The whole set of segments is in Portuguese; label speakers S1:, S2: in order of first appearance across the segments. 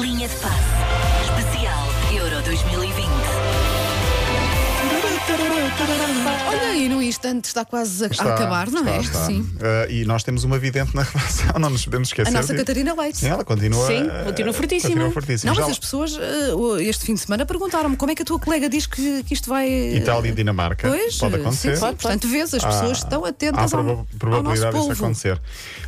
S1: Linha de passe. Especial Euro 2020.
S2: Olha aí, no instante está quase a a acabar, não
S3: está,
S2: é?
S3: está.
S2: Sim.
S3: Eh, e nós temos uma vidente na relação, não nos podemos esquecer.
S2: A nossa
S3: disso.
S2: Catarina Leite.
S3: Sim, ela continua.
S4: Sim,
S3: eh,
S4: continua fortíssima.
S3: Continua fortíssima.
S2: Não,
S3: Já
S2: mas
S3: lá-
S2: as pessoas eh, o- este fim de semana perguntaram-me como é que a tua colega diz que, que isto vai. eh,
S3: Itália e Dinamarca.
S2: Pois,
S3: pode
S2: eh,
S3: acontecer.
S2: Sim, sim. Portanto, vês, as pessoas estão
S3: Ah, Há
S2: atentas ao,
S3: proba-
S2: ao nosso
S3: probabilidade disso
S2: povo.
S3: acontecer.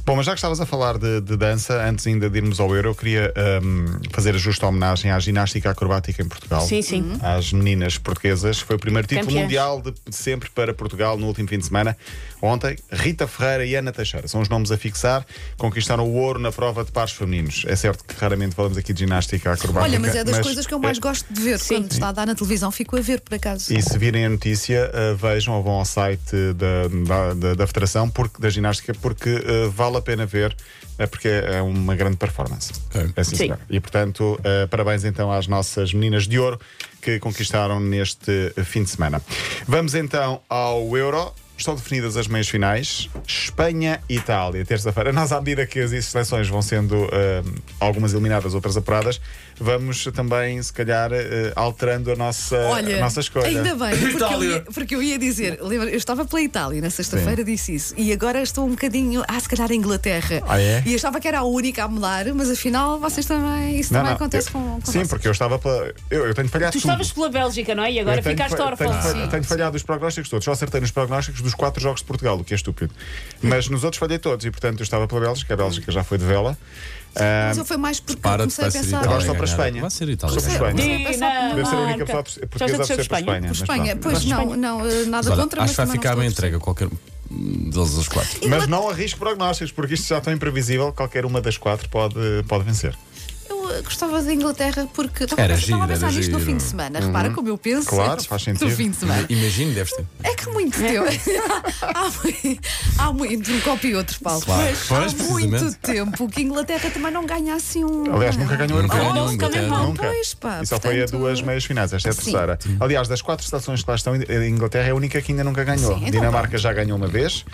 S3: Bom, mas já que estavas a falar de, de dança, antes ainda de irmos ao Euro, eu queria hum, fazer a justa homenagem à ginástica acrobática em Portugal.
S4: Sim, sim. Uhum.
S3: Às meninas portuguesas. Foi o primeiro título
S4: Campeãs.
S3: mundial de, de sempre para Portugal no último fim de semana. Ontem, Rita Ferreira e Ana Teixeira são os nomes a fixar. Conquistaram o ouro na prova de pares femininos. É certo que raramente falamos aqui de ginástica acrobática.
S2: Olha, mas é das coisas que eu mais gosto de ver.
S4: Sim.
S2: Quando está a dar na televisão, fico a ver, por acaso.
S3: E eh, se virem a notícia, eh, vejam ou vão ao site da, da, da, da Federação porque, da Ginástica, porque eh, vale a pena ver, eh, porque é uma grande performance. É assim,
S4: Sim.
S3: senhor. E portanto, eh, parabéns então às nossas meninas de ouro que conquistaram neste eh, fim de semana. Vamos então ao Euro. Estão definidas as meias finais. Espanha e Itália, terça-feira. Nós, à medida que as seleções vão sendo eh, algumas eliminadas, outras apuradas, vamos também, se calhar, eh, alterando a nossa,
S2: Olha,
S3: a nossa escolha.
S2: ainda bem, porque eu,
S5: Itália.
S2: ia, porque eu ia dizer, lembra, eu estava pela Itália na sexta-feira, disse isso, e agora estou um bocadinho, ah, se calhar a Inglaterra.
S3: Ah, é?
S2: E achava que era a única a mudar, mas afinal vocês também, isso também acontece
S3: eu-
S2: com, com
S3: Sim,
S2: vocês.
S3: porque eu estava. pela- Eu, eu tenho falhado
S4: Tu
S3: tudo.
S4: estavas pela Bélgica, não é? E agora
S3: Eu tenho
S4: ficaste
S3: fa-
S4: órfão.
S3: Tenho, fa-
S4: Sim.
S3: tenho falhado os prognósticos todos. Só acertei nos prognósticos dos quatro jogos de Portugal, o que é estúpido. Mas nos outros falhei todos e, portanto, eu estava pela Bélgica. A Bélgica já foi de vela. Ah,
S2: Mas eu foi mais porque
S5: Para de
S2: comecei a
S5: vai ser
S2: pensar.
S3: Agora
S5: Itália
S3: só para a
S5: ganhar.
S3: Espanha.
S5: Vai ser Itália.
S3: Só para a
S5: ganhar.
S3: Espanha.
S2: Deve
S3: Deve ser a única pessoa
S4: Dinamarca. Já
S3: portu- portuguesa a
S4: desceu
S3: torcer
S4: de
S3: para a Espanha. É,
S4: Espanha.
S3: mas
S2: Espanha,
S3: pronto.
S2: pois
S3: Mas-
S2: não, não, eh, nada
S5: Mas olha,
S2: contra,
S5: acho
S2: mas
S5: que vai
S2: também
S5: ficar
S2: não
S5: bem
S2: estou a
S5: entregue a qualquer um deles os quatro.
S3: Mas não arrisco prognósticos, porque isto já está imprevisível. Qualquer uma das quatro pode, pode vencer.
S2: perceber. Eu eh, gostava da Inglaterra porque estava a
S5: Era
S2: pensar- estava a
S5: giro,
S2: pensar
S5: era
S2: nisto no
S5: giro.
S2: fim de semana. Repara como eu penso
S3: Claro,
S2: antes
S3: faz
S2: do
S3: sentido.
S2: fim de semana.
S5: Imagino, deves ter.
S2: É que há muito tempo. há, mui- há muito, entre um copo e outro, Paulo.
S5: Claro. Pois,
S2: há muito
S5: precisamente.
S2: tempo que a Inglaterra também não ganha assim um.
S3: Aliás, nunca ganhou o
S5: Nunca um,
S3: europeu.
S5: ganhou o
S3: nunca.
S5: europeu.
S3: nunca.
S2: Ah, Pois, pá,
S3: e só foi a
S2: portanto-
S3: duas meias finais, esta é a
S2: Sim.
S3: terceira. Aliás, das quatro estações que lá estão, a Inglaterra é a única que ainda nunca ganhou.
S2: Sim, então
S3: Dinamarca já ganhou uma vez,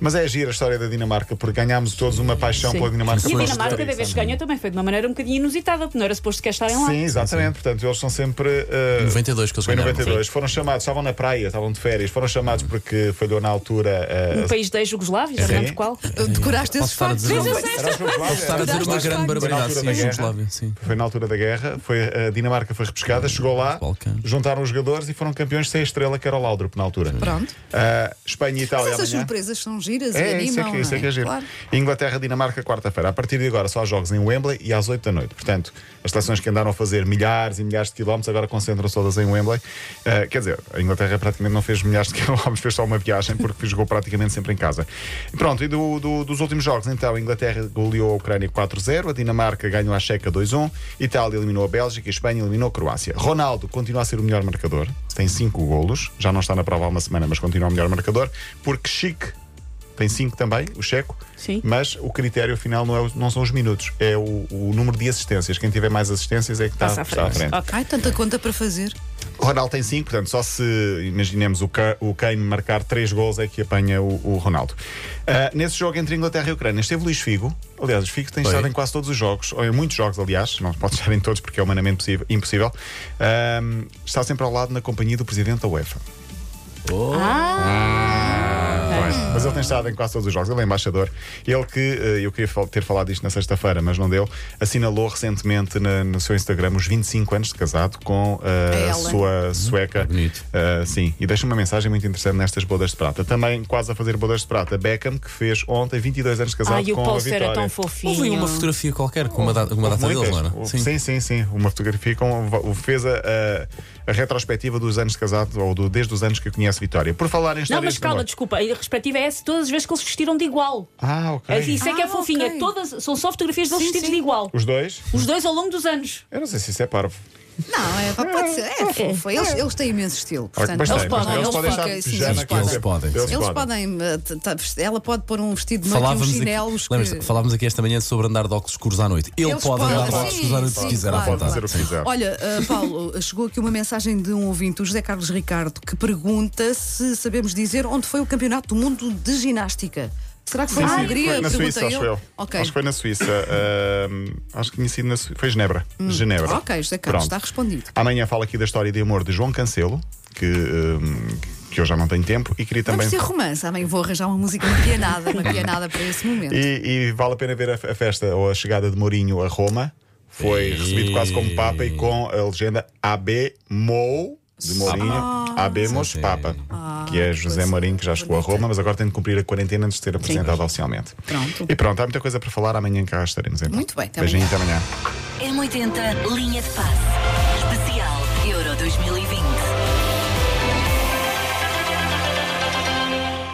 S3: mas é gira a história da Dinamarca, porque ganhámos todos uma paixão
S4: Sim.
S3: pela Dinamarca.
S4: E a
S3: por
S4: Dinamarca,
S3: esta
S4: da vez que
S3: história.
S4: ganhou, também foi de uma maneira um bocadinho inusitada, porque não era suposto que estarem lá.
S3: Sim, exatamente. Portanto, eles são sempre. eh,
S5: 92 que eles
S3: Foi em
S5: ganharam.
S3: 92. Foram chamados, estavam na praia, estavam de férias, foram chamados porque falhou na altura. eh,
S4: Um país da ex-Jugoslávia, já
S3: Sim. Tá,
S4: sabemos qual.
S2: Eh, Decoraste
S5: Posso
S2: esses
S5: estar a
S2: factos?
S5: dizer
S2: Não
S5: uma-
S2: foi-
S3: era a Jugoslávia,
S5: Posso estar a
S3: era-
S5: dizer uma
S2: Daste
S5: grande
S2: facto.
S5: barbaridade.
S3: Foi na altura da
S5: Sim, a
S3: guerra.
S5: Jugoslávia, sim.
S3: Foi na altura da guerra, foi, a Dinamarca foi repescada, chegou lá,
S5: Balcã.
S3: juntaram os jogadores e foram campeões sem a estrela, que era o Laudrup na altura.
S2: Pronto.
S3: Ah, Espanha e Itália
S2: Mas essas
S3: amanhã.
S2: surpresas são giras e
S3: É,
S2: animam.
S3: isso é que, isso é,
S2: não
S3: que é giro.
S2: Claro.
S3: Inglaterra, Dinamarca, quarta-feira. A partir de agora, só há jogos em Wembley e às 8 da noite. Portanto, as seleções que andaram a fazer milhares e milhares de quilómetros agora concentram-se todas em Wembley. Ah, quer dizer, a Inglaterra praticamente não fez milhares de quilómetros, fez só uma viagem porque jogou praticamente sempre em casa. Pronto, e do- do- dos últimos jogos, então, a Inglaterra goleou a Ucrânia 4-0, a Dinamarca ganhou a Checa 2-1, Itália eliminou a Bélgica e a Espanha eliminou a Croácia. Ronaldo continua a ser o melhor marcador, tem 5 golos, já não está na prova há uma semana, mas continua o melhor marcador, porque Chic tem 5 também, o checo.
S4: Sim.
S3: Mas o critério final não, é, o- não são os minutos, é o, o número de assistências. Quem tiver mais assistências é que está,
S4: Passa à
S3: está à
S4: frente.
S3: frente.
S4: Ok.
S2: Ai, tanta conta para fazer.
S3: O Ronaldo tem 5, portanto, só se imaginemos o, Ca- o Kane marcar 3 gols é que apanha o, o Ronaldo. Ah, nesse jogo entre Inglaterra e Ucrânia esteve Luís Figo. Aliás, o Figo tem
S5: Foi.
S3: estado em quase todos os jogos, ou em muitos jogos, aliás, não pode estar em todos porque é humanamente possível- impossível. Ah, está sempre ao lado na companhia do presidente da UEFA. é?
S4: Hum.
S3: Mas ele tem estado em quase todos os jogos. Ele é embaixador. Ele que, eh, eu queria fal- ter falado disto na sexta-feira, mas não deu, assinalou recentemente na- no seu Instagram os 25 anos de casado com eh,
S4: É
S2: A
S3: a
S2: Ellen.
S3: sua sueca.
S5: Hum, Bonito.
S3: Eh, sim, e deixa uma mensagem muito interessante nestas bodas de prata. Também, quase a fazer bodas de prata, Beckham, que fez ontem 22 anos de casado
S4: Ai, o
S3: com a
S4: Pulse
S3: Vitória.
S4: era tão fofinho.
S5: Houve aí uma fotografia qualquer com uma data, com uma data
S3: Muitas.
S5: deles, não é? era?
S3: Houve- Sim. sim, sim, Uma fotografia com, o- fez a, a- a retrospectiva dos anos de casado, ou do- desde os anos que conhece Vitória. Por falar em
S4: Não,
S3: histórias
S4: mas
S3: de
S4: calma,
S3: amor.
S4: desculpa. A respectiva é essa, todas as vezes que eles vestiram de igual.
S3: Ah, ok.
S4: É Isso é que
S2: Ah,
S4: é fofinho.
S2: ok.
S4: é Todas, são só fotografias deles
S2: Sim,
S4: vestidos
S2: sim.
S4: de igual.
S3: Os dois?
S4: Os dois ao longo dos anos.
S3: Eu não sei se isso é parvo.
S2: Não, é, pá, pode ser. É fofo. Eles, eles têm imenso estilo. Portanto,
S3: Mas
S4: eles
S3: tem,
S4: podem,
S3: mas
S4: eles
S3: estar
S2: podem,
S3: de
S2: sim,
S3: pijama,
S2: sim,
S3: quer dizer,
S5: eles podem.
S3: Eles
S2: Eles
S3: podem.
S2: podem. eh, t- t- Ela pode pôr um vestido de noite e uns
S5: Falávamos,
S2: chinelos.
S5: aqui, lembras-te,
S2: que-
S5: falávamos aqui esta manhã sobre andar de óculos escuros à noite. Ele
S2: Eles
S5: pode andar de
S2: podem,
S5: óculos
S2: sim,
S5: escuros à noite se
S2: sim,
S5: quiser, à
S2: claro,
S5: vontade.
S3: claro. Fazer o que quiser.
S2: Olha, uh, Paulo, chegou aqui uma mensagem de um ouvinte, o José Carlos Ricardo, que pergunta se sabemos dizer onde foi o Campeonato do Mundo de Ginástica. Será que foi
S3: Sim,
S2: na
S3: sim,
S2: Hungria?
S3: foi na
S2: Perguntei
S3: Suíça, acho eu.
S2: Ok.
S3: Acho que foi na Suíça. ahm, acho que tinha sido na Suíça. Foi Genebra. Genebra.
S2: Hum. Ok, José Carlos,
S3: Pronto.
S2: está respondido.
S3: Amanhã falo aqui da história de amor de João Cancelo, que, ahm, que eu já não tenho tempo, e queria
S2: Não
S3: também.
S2: precisa ser romance, amém. Vou arranjar uma música, uma pianada, uma pianada para esse momento.
S3: E, e vale a pena ver a, a festa ou a chegada de Mourinho a Roma. Foi
S5: E-
S3: recebido quase como Papa e com a legenda AB Mou de Mourinho, Abemos
S5: Sim, sim.
S3: Papa, que é José
S2: Ah, coisa
S3: Mourinho, que já chegou a
S2: bonita.
S3: Roma, mas agora tem de cumprir a quarentena antes de ser apresentado oficialmente.
S2: Pronto.
S3: E pronto, há muita coisa para falar, amanhã cá estaremos então.
S2: Muito bem, até
S3: Beijinho,
S2: amanhã.
S3: até amanhã.
S1: M80 Linha de Passe. Especial Euro 2020.